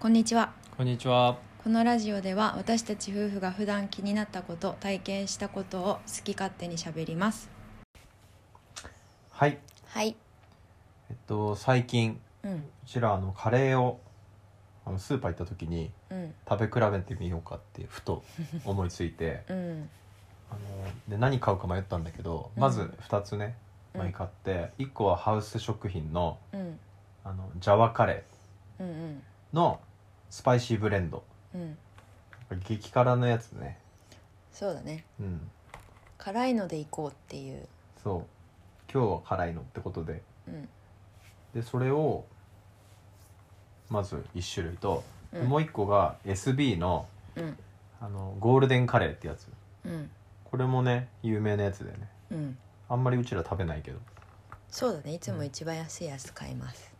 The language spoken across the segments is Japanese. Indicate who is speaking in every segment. Speaker 1: こんにちは
Speaker 2: こんにちは。
Speaker 1: このラジオでは私たち夫婦が普段気になったこと体験したことを好き勝手にしゃべります
Speaker 2: はい。
Speaker 1: はい
Speaker 2: えっと最近
Speaker 1: うん
Speaker 2: うちらあのカレーをあのスーパー行った時に
Speaker 1: うん
Speaker 2: 食べ比べてみようかってふと思いついて、
Speaker 1: うん
Speaker 2: あので何買うか迷ったんだけど、
Speaker 1: うん
Speaker 2: まず2つね
Speaker 1: うん
Speaker 2: 前買って、1個はハウス食品の
Speaker 1: うん
Speaker 2: あのジャワカレ
Speaker 1: うんうん
Speaker 2: ーのスパイシーブレンド
Speaker 1: うん
Speaker 2: 激辛のやつね。
Speaker 1: そうだね
Speaker 2: うん。
Speaker 1: 辛いので行こうっていう
Speaker 2: そう。今日は辛いのってことで、
Speaker 1: うん
Speaker 2: でそれをまず1種類と、で
Speaker 1: うん
Speaker 2: もう1個が SB の
Speaker 1: うん
Speaker 2: あのゴールデンカレーってやつ
Speaker 1: うん
Speaker 2: これもね有名なやつだよね
Speaker 1: うん
Speaker 2: あんまりうちら食べないけど、
Speaker 1: そうだねいつも一番安いやつ買います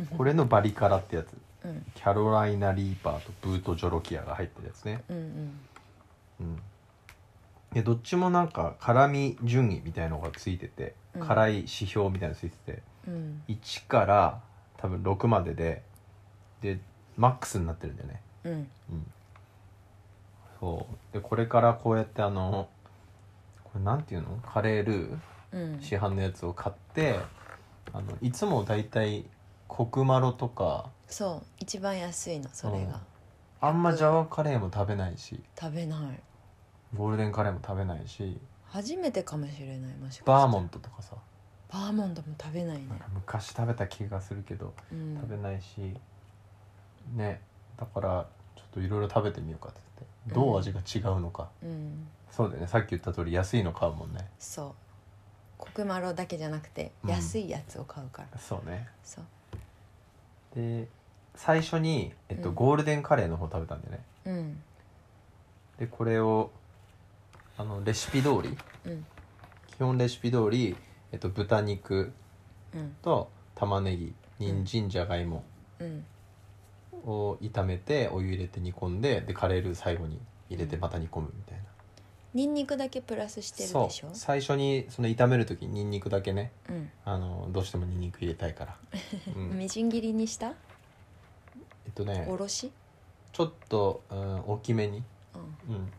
Speaker 2: うんこれのバリカラってやつ
Speaker 1: うん
Speaker 2: キャロライナリーパーとブートジョロキアが入ってるやつね
Speaker 1: うんうん
Speaker 2: うんでどっちもなんか辛み順位みたいのがついてて、
Speaker 1: うん
Speaker 2: 辛い指標みたいのついてて
Speaker 1: うん
Speaker 2: 1から多分6までででマックスになってるんだよね
Speaker 1: うん
Speaker 2: うんそうでこれからこうやってあのこれなんていうのカレールー
Speaker 1: うん
Speaker 2: 市販のやつを買ってあのいつもだいたいコクマロとか
Speaker 1: そう一番安いのそれが
Speaker 2: あんまジャワカレーも食べないし
Speaker 1: 食べない
Speaker 2: ゴールデンカレーも食べないし
Speaker 1: 初めてかもしれないもしかしたら
Speaker 2: バーモントとかさ
Speaker 1: バーモントも食べないね
Speaker 2: なんか昔食べた気がするけど
Speaker 1: うん
Speaker 2: 食べないしねだからちょっといろいろ食べてみようかって言ってどう味が違うのか、
Speaker 1: うん
Speaker 2: そうだよねさっき言った通り安いの買うもんね
Speaker 1: そうコクマロだけじゃなくて
Speaker 2: うん
Speaker 1: 安いやつを買うから、
Speaker 2: そうね
Speaker 1: そう
Speaker 2: で最初に、えっと
Speaker 1: うん
Speaker 2: ゴールデンカレーの方食べたんだよね
Speaker 1: うん
Speaker 2: でこれをあのレシピ通り
Speaker 1: うん
Speaker 2: 基本レシピ通り、えっと、豚肉
Speaker 1: うん
Speaker 2: と玉ねぎ人参じゃがいも
Speaker 1: うん
Speaker 2: を炒めてお湯入れて煮込んででカレールー最後に入れて
Speaker 1: うん
Speaker 2: また煮込むみたいな、
Speaker 1: ニンニクだけプラスしてるでし
Speaker 2: そ
Speaker 1: ょ
Speaker 2: う最初にその炒める時ににんにくだけね
Speaker 1: うん、
Speaker 2: あのどうしてもにんにく入れた いから、うん、
Speaker 1: みじん切りにした
Speaker 2: えっとね
Speaker 1: おろし、
Speaker 2: ちょっと、うん、大きめに、
Speaker 1: うん
Speaker 2: うん、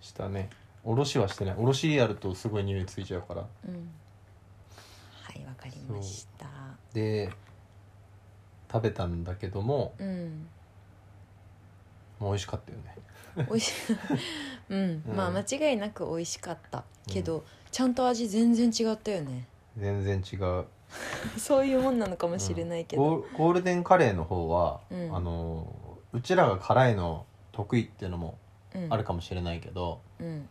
Speaker 2: したねおろしはしてないおろしやるとすごい匂いついちゃうから
Speaker 1: うん、はいわかりました
Speaker 2: で食べたんだけども
Speaker 1: うん
Speaker 2: もう美味しかったよね
Speaker 1: おいし うん、
Speaker 2: うん
Speaker 1: まあ間違いなく美味しかったけど、ちゃんと味全然違ったよね
Speaker 2: 全然違う
Speaker 1: そういうもんなのかもしれないけど、
Speaker 2: ゴーゴールデンカレーの方は、
Speaker 1: うん
Speaker 2: あのうちらが辛いの得意っていうのも
Speaker 1: うん
Speaker 2: あるかもしれないけど、
Speaker 1: うん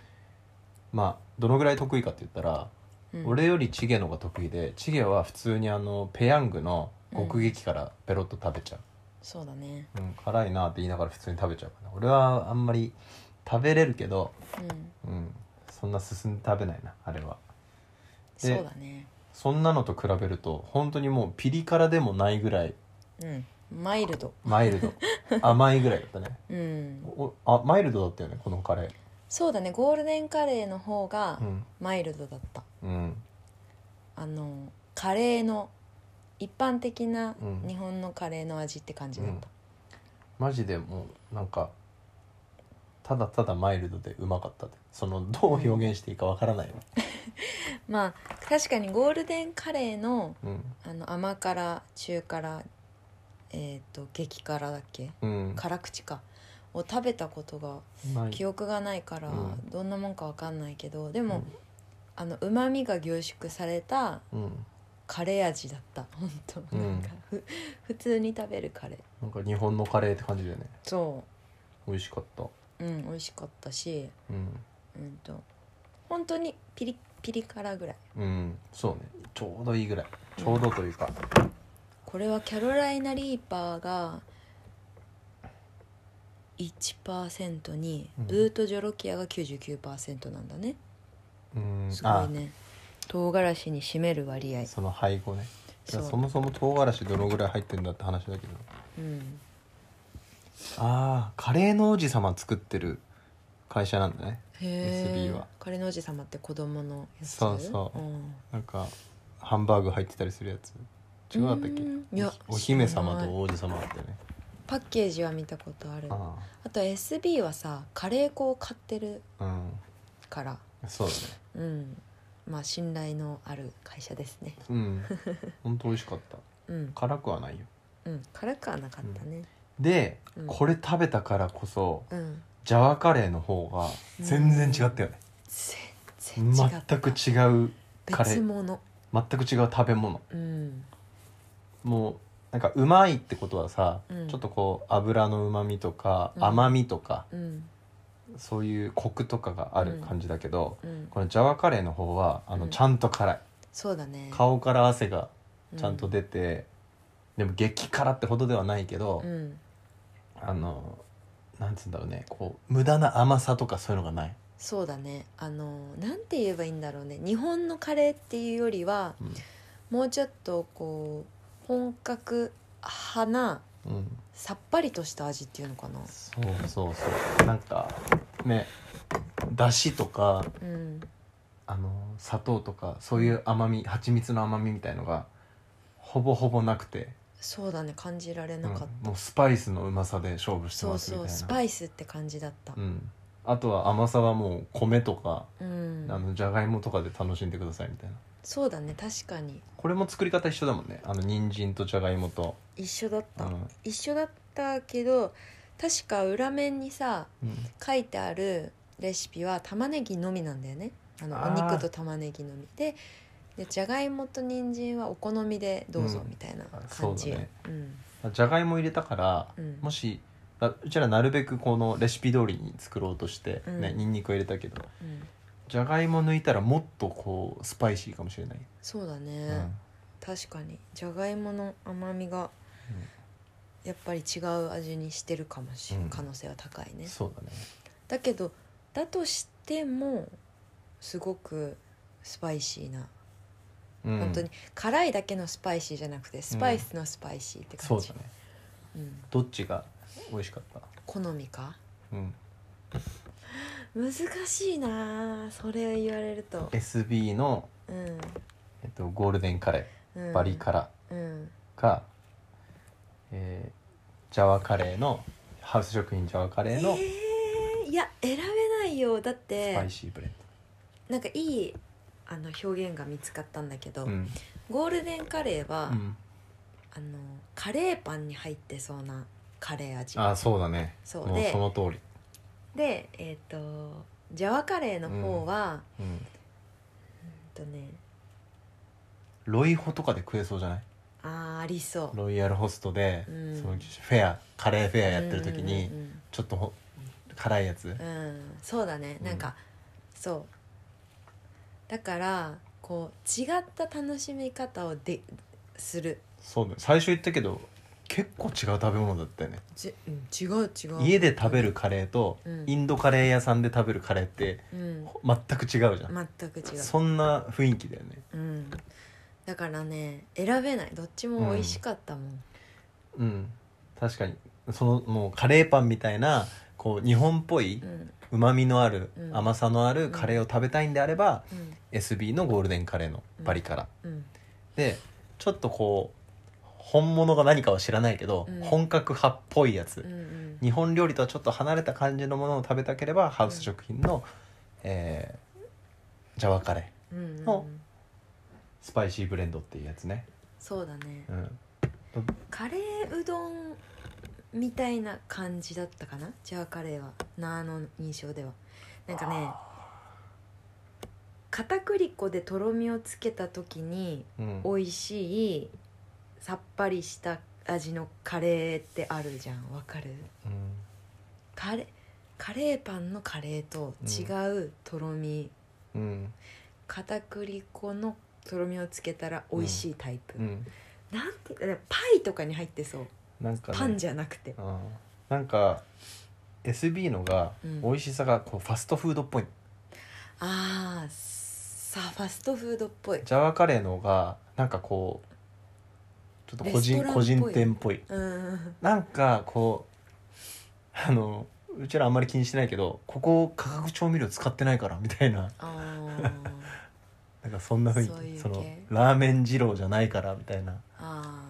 Speaker 2: まあどのぐらい得意かって言ったら、
Speaker 1: うん、
Speaker 2: 俺よりチゲの方が得意でチゲは普通にあのペヤングの極激からペロッと食べちゃ
Speaker 1: そうだね
Speaker 2: う、うん、辛いなって言いながら普通に食べちゃうから俺はあんまり食べれるけど、
Speaker 1: うん
Speaker 2: うん、そんな進んで食べないなあれは
Speaker 1: そ
Speaker 2: で
Speaker 1: うだね
Speaker 2: そんなのと比べると本当にもうピリ辛でもないぐらい
Speaker 1: うんマイルド
Speaker 2: マイルド 甘いぐらいだったね
Speaker 1: うん
Speaker 2: おあマイルドだったよねこのカレー
Speaker 1: そうだねゴールデンカレーの方が
Speaker 2: うん
Speaker 1: マイルドだった、
Speaker 2: うん
Speaker 1: あのカレーの一般的な
Speaker 2: うん
Speaker 1: 日本のカレーの味って感じだった、
Speaker 2: マジでもうなんかただただマイルドでうまかったってそのどう表現していいかわからないよ、
Speaker 1: まあ確かにゴールデンカレーの
Speaker 2: うん
Speaker 1: あの甘辛中辛えっ、と激辛だっけ
Speaker 2: うん、
Speaker 1: 辛口かを食べたことが
Speaker 2: まあ
Speaker 1: 記憶がないから、
Speaker 2: うん
Speaker 1: どんなもんかわかんないけどで
Speaker 2: う
Speaker 1: も、
Speaker 2: ん
Speaker 1: あのうまみが凝縮された
Speaker 2: うん、
Speaker 1: カレー味だった本当
Speaker 2: うん
Speaker 1: なんかふ、 普通に食べるカレー
Speaker 2: なんか日本のカレーって感じだよね
Speaker 1: そ
Speaker 2: 美味しかった
Speaker 1: ううん美味しかったし
Speaker 2: うん
Speaker 1: うんと本当にピリピリ辛ぐらい
Speaker 2: うんそうねちょうどいいぐらいちょうどというか、
Speaker 1: これはキャロライナ・リーパーが1%に
Speaker 2: うん
Speaker 1: ブート・ジョロキアが99%なんだね、
Speaker 2: うん、
Speaker 1: すごい
Speaker 2: あ
Speaker 1: ね唐辛子に占める割合
Speaker 2: その配合ねい
Speaker 1: そ
Speaker 2: や
Speaker 1: う
Speaker 2: そもそも唐辛子どのぐらい入ってんだって話だけど
Speaker 1: うん
Speaker 2: ああカレーの王子様作ってる会社なんだね
Speaker 1: へ
Speaker 2: SB
Speaker 1: え
Speaker 2: は
Speaker 1: カレーの王子様って子供のやつ
Speaker 2: そうそうんなんかハンバーグ入ってたりするやつ違うかったっけ
Speaker 1: うーんいや
Speaker 2: おお姫様と王子様だったよね
Speaker 1: パッケージは見たことあるあ
Speaker 2: あ
Speaker 1: と SB はさカレー粉を買ってる
Speaker 2: あうん
Speaker 1: から
Speaker 2: そうだね
Speaker 1: うんまあ信頼のある会社ですね
Speaker 2: うん本当美味しかった
Speaker 1: うん、
Speaker 2: 辛くはないよ
Speaker 1: うん、辛くはなかったね
Speaker 2: で、
Speaker 1: うん
Speaker 2: これ食べたからこそ
Speaker 1: うん
Speaker 2: ジャワカレーの方が全然違ったよね、
Speaker 1: 全然違った
Speaker 2: 全く違うカレー
Speaker 1: 別物
Speaker 2: 全く違う食べ物
Speaker 1: うん
Speaker 2: もうなんかうまいってことはさ、
Speaker 1: うん
Speaker 2: ちょっとこう油のうまみとか
Speaker 1: うん
Speaker 2: 甘みとか、
Speaker 1: うん
Speaker 2: そういうコクとかがある感じだけど、
Speaker 1: うん
Speaker 2: このジャワカレーの方はあ
Speaker 1: う
Speaker 2: の
Speaker 1: ん
Speaker 2: ちゃんと辛い、
Speaker 1: そうだね
Speaker 2: 顔から汗がちゃんと出て、でも激辛ってほどではないけど、
Speaker 1: うん
Speaker 2: あのなんつうんだろうねこう無駄な甘さとかそういうのがない、
Speaker 1: そうだねあのなんて言えばいいんだろうね日本のカレーっていうよりは
Speaker 2: うん
Speaker 1: もうちょっとこう本格派な
Speaker 2: うん、
Speaker 1: さっぱりとした味っていうのかな
Speaker 2: そうそうそうなんかねだしとか
Speaker 1: うん
Speaker 2: あの砂糖とかそういう甘み蜂蜜の甘みみたいのがほぼほぼなくて、
Speaker 1: そうだね感じられなかった、
Speaker 2: うんもうスパイスのうまさで勝負して
Speaker 1: そ
Speaker 2: ま
Speaker 1: う
Speaker 2: すみ
Speaker 1: そ
Speaker 2: たいうな
Speaker 1: スパイスって感じだった
Speaker 2: うん、あとは甘さはもう米とか、
Speaker 1: うん、
Speaker 2: あのじゃがいもとかで楽しんでくださいみたいな
Speaker 1: そうだね確かに
Speaker 2: これも作り方一緒だもんねあの人参とじゃがいもと、
Speaker 1: 一緒だっ
Speaker 2: う
Speaker 1: た、
Speaker 2: ん
Speaker 1: 一緒だったけど確か裏面にさ
Speaker 2: うん
Speaker 1: 書いてあるレシピは玉ねぎのみなんだよねあの
Speaker 2: あー
Speaker 1: お肉と玉ねぎのみででじゃがいもと人参はお好みでどうぞ
Speaker 2: うん
Speaker 1: みたいな
Speaker 2: あ
Speaker 1: 感じ、
Speaker 2: そう
Speaker 1: う
Speaker 2: だ
Speaker 1: ん
Speaker 2: ねじゃがいも入れたから、
Speaker 1: うん
Speaker 2: もしあうちらなるべくこのレシピ通りに作ろうとして、ね
Speaker 1: うん
Speaker 2: にんにくを入れたけど
Speaker 1: うん
Speaker 2: じゃがいも抜いたらもっとこうスパイシーかもしれない、
Speaker 1: そうだね、
Speaker 2: うん
Speaker 1: 確かにじゃがいもの甘みがやっぱり違う味にしてるかもし、
Speaker 2: うん
Speaker 1: 可能性は高いね
Speaker 2: そうだね
Speaker 1: だけどだとしてもすごくスパイシーな、
Speaker 2: うん
Speaker 1: 本当に辛いだけのスパイシーじゃなくてスパイスのスパイシーって
Speaker 2: そ
Speaker 1: 感
Speaker 2: う
Speaker 1: じ
Speaker 2: だ、ね
Speaker 1: うん
Speaker 2: どっちが美味しかった
Speaker 1: 好みか
Speaker 2: うん
Speaker 1: 難しいなあそれを言われると
Speaker 2: SB の、
Speaker 1: うん、
Speaker 2: えっと、ゴールデンカレ
Speaker 1: うん、
Speaker 2: ーバリカラ
Speaker 1: うん
Speaker 2: か、えージャワカレーのハウス食品ジャワカレ
Speaker 1: え
Speaker 2: ーの
Speaker 1: ーいや選べないよだっ
Speaker 2: スパ
Speaker 1: て
Speaker 2: イシーブレン
Speaker 1: なんかいいあの表現が見つかったんだけど、
Speaker 2: ドうん
Speaker 1: ゴールデンカレーは、
Speaker 2: うん
Speaker 1: あのカレーパンに入ってそうなカレー味
Speaker 2: あそうだね
Speaker 1: そう
Speaker 2: もう
Speaker 1: で
Speaker 2: その通り
Speaker 1: でえっ、とジャワカレーの方は、
Speaker 2: うん
Speaker 1: うんとね
Speaker 2: ロイホとかで食えそうじゃない
Speaker 1: あーありそう
Speaker 2: ロイヤルホストで、
Speaker 1: うん
Speaker 2: そのフェアカレーフェアやってる時に、
Speaker 1: うんうん
Speaker 2: ちょっとほ辛いやつ、
Speaker 1: うん、うんそうだね
Speaker 2: うん
Speaker 1: なんか、そうだからこう違った楽しみ方をでする
Speaker 2: そうだね最初言ったけど結構違う食べ物だったよね
Speaker 1: ぜ、うん、違う違う
Speaker 2: 家で食べるカレーと、
Speaker 1: うん
Speaker 2: インドカレー屋さんで食べるカレーって
Speaker 1: うん
Speaker 2: 全く違うじゃん、
Speaker 1: 全く違う
Speaker 2: そんな雰囲気だよね
Speaker 1: うんだからね選べないどっちも美味しかったもん、
Speaker 2: うん確かにそのもうカレーパンみたいなこう日本っぽい
Speaker 1: うん
Speaker 2: うまみのある、
Speaker 1: うん
Speaker 2: 甘さのあるカレーを食べたいんであれば、
Speaker 1: うん、
Speaker 2: SB のゴールデンカレーのバリから、
Speaker 1: うん、
Speaker 2: でちょっとこう本物が何かは知らないけど、
Speaker 1: うん
Speaker 2: 本格派っぽいやつ、
Speaker 1: うんうん
Speaker 2: 日本料理とはちょっと離れた感じのものを食べたければ、ハウス食品の、えージャワカレー
Speaker 1: うんうん
Speaker 2: のスパイシーブレンドっていうやつね、
Speaker 1: そうだね
Speaker 2: うん、
Speaker 1: カレーうどんみたいな感じだったかなジャワカレーはなあの印象ではなんかね片栗粉でとろみをつけた時に
Speaker 2: うん
Speaker 1: 美味しいさっぱりした味のカレーってあるじゃんわかる
Speaker 2: うん
Speaker 1: カレーカレーパンのカレーと違うとろみ、
Speaker 2: うん
Speaker 1: 片栗粉のとろみをつけたら美味しいタイプ、
Speaker 2: うん
Speaker 1: なんてパイとかに入ってそう
Speaker 2: なんか、ね、
Speaker 1: パンじゃなくて
Speaker 2: うんなんか SB のが
Speaker 1: うん
Speaker 2: 美味しさがこうファストフードっぽい、
Speaker 1: あーさあファストフードっぽい
Speaker 2: ジャワカレーのがなんかこうちょっと個
Speaker 1: レ
Speaker 2: 人
Speaker 1: ストランっぽ
Speaker 2: 個
Speaker 1: い
Speaker 2: 人店っぽい
Speaker 1: うん
Speaker 2: なんかこうあのうちらあんまり気にしてないけどここ化学調味料使ってないからみたいな
Speaker 1: あー
Speaker 2: なんかそんな雰囲気
Speaker 1: そういう系
Speaker 2: そのラーメン二郎じゃないからみたいな
Speaker 1: あ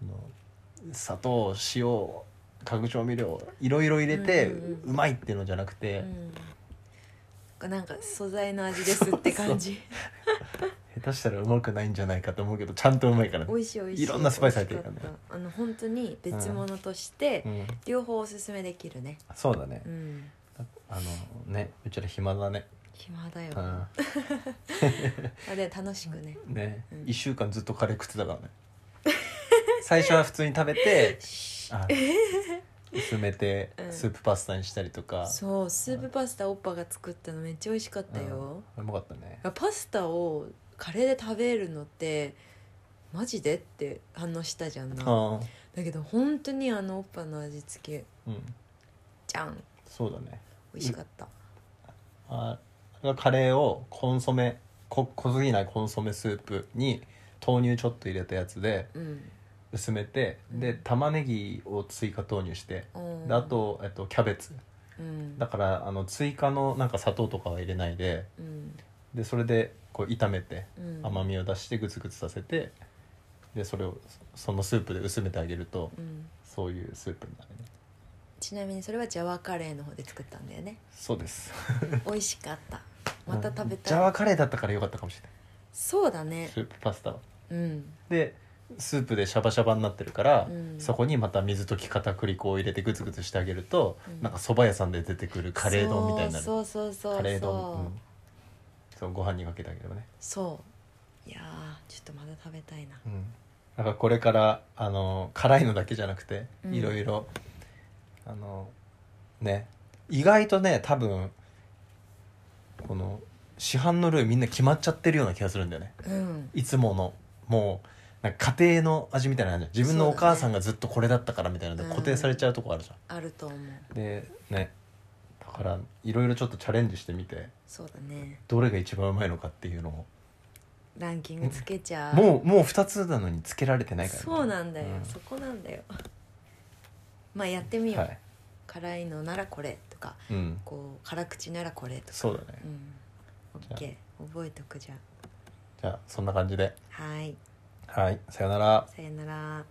Speaker 2: その砂糖塩角調味料いろいろ入れて、
Speaker 1: うんうん
Speaker 2: うまいっていうのじゃなくて、
Speaker 1: うん、なんか素材の味ですって感じ
Speaker 2: 下手したらうまくないんじゃないかと思うけどちゃんとうまいからね
Speaker 1: 美味しい美味しい
Speaker 2: いろんなスパイス入ってるからね
Speaker 1: 美味しったあの本当に別物として
Speaker 2: うん、
Speaker 1: 両方おすすめできるね
Speaker 2: そうだね
Speaker 1: う、ん
Speaker 2: あのねうちら暇だね、
Speaker 1: 暇だよ、
Speaker 2: う
Speaker 1: あでも楽しくね
Speaker 2: ん、ね、
Speaker 1: うん
Speaker 2: 一1週間ずっとカレー食って たからね最初は普通に食べてあ薄めて
Speaker 1: うん
Speaker 2: スープパスタにしたりとか、
Speaker 1: そうスープパスタおっぱが作ったのめっちゃ美味しかったよ、
Speaker 2: うまかったね
Speaker 1: パスタをカレーで食べるのってマジでって反応したじゃんな
Speaker 2: あ
Speaker 1: だけど本当にあのおっぱの味付け
Speaker 2: ーうん
Speaker 1: じゃん
Speaker 2: そうだね
Speaker 1: 美味しかった、
Speaker 2: あれはカレーをコンソメこ濃すぎないコンソメスープに豆乳ちょっと入れたやつで
Speaker 1: うん
Speaker 2: 薄めてで玉ねぎを追加投入して
Speaker 1: うん
Speaker 2: であと、えっと、キャベツ
Speaker 1: うん
Speaker 2: だからあの追加のなんか砂糖とかは入れないで
Speaker 1: うん
Speaker 2: でそれでこう炒めて
Speaker 1: うん
Speaker 2: 甘みを出してグツグツさせてでそれをそのスープで薄めてあげると
Speaker 1: うん
Speaker 2: そういうスープになるね
Speaker 1: ちなみにそれはジャワカレーの方で作ったんだよね
Speaker 2: そうです
Speaker 1: 美味しかったまた食べ
Speaker 2: ジャ
Speaker 1: たい
Speaker 2: ワカレーだったからよかったかもしれ
Speaker 1: そうだ
Speaker 2: な
Speaker 1: ね
Speaker 2: いスープパスタは
Speaker 1: うん
Speaker 2: でスープでシャバシャバになってるから、
Speaker 1: うん
Speaker 2: そこにまた水溶き片栗粉を入れてグツグツしてあげると、
Speaker 1: うん
Speaker 2: なんか蕎麦屋さんで出てくるカレー丼みたいになる
Speaker 1: そうそうそうそう
Speaker 2: カレー丼、
Speaker 1: そう
Speaker 2: うんそうご飯にかけてあげればね、
Speaker 1: そういやーちょっとまだ食べたいな
Speaker 2: うん、なんかこれからあの辛いのだけじゃなくて、
Speaker 1: うん
Speaker 2: いろいろあのね意外とね多分この市販のルーみんな決まっちゃってるような気がするんだよね
Speaker 1: うん
Speaker 2: いつものもうなんか家庭の味みたいなのあるじゃん自分のお母さんがずっとこれだったからみたいなので
Speaker 1: うん
Speaker 2: 固定されちゃうとこあるじゃん、
Speaker 1: あると思う
Speaker 2: でねだからいろいろちょっとチャレンジしてみて
Speaker 1: そうだね
Speaker 2: どれが一番うまいのかっていうのを
Speaker 1: ランキングつけちゃう
Speaker 2: もうもう2つなのにつけられてないから
Speaker 1: そうなんだよ、
Speaker 2: うん
Speaker 1: そこなんだよまあやってみよう、
Speaker 2: はい、
Speaker 1: 辛いのならこれとか
Speaker 2: うん、
Speaker 1: こう辛口ならこれとか
Speaker 2: そうだね
Speaker 1: うん
Speaker 2: じゃあ
Speaker 1: OK 覚えとくじゃん
Speaker 2: じゃあそんな感じで
Speaker 1: はい
Speaker 2: はいさよなら
Speaker 1: さよなら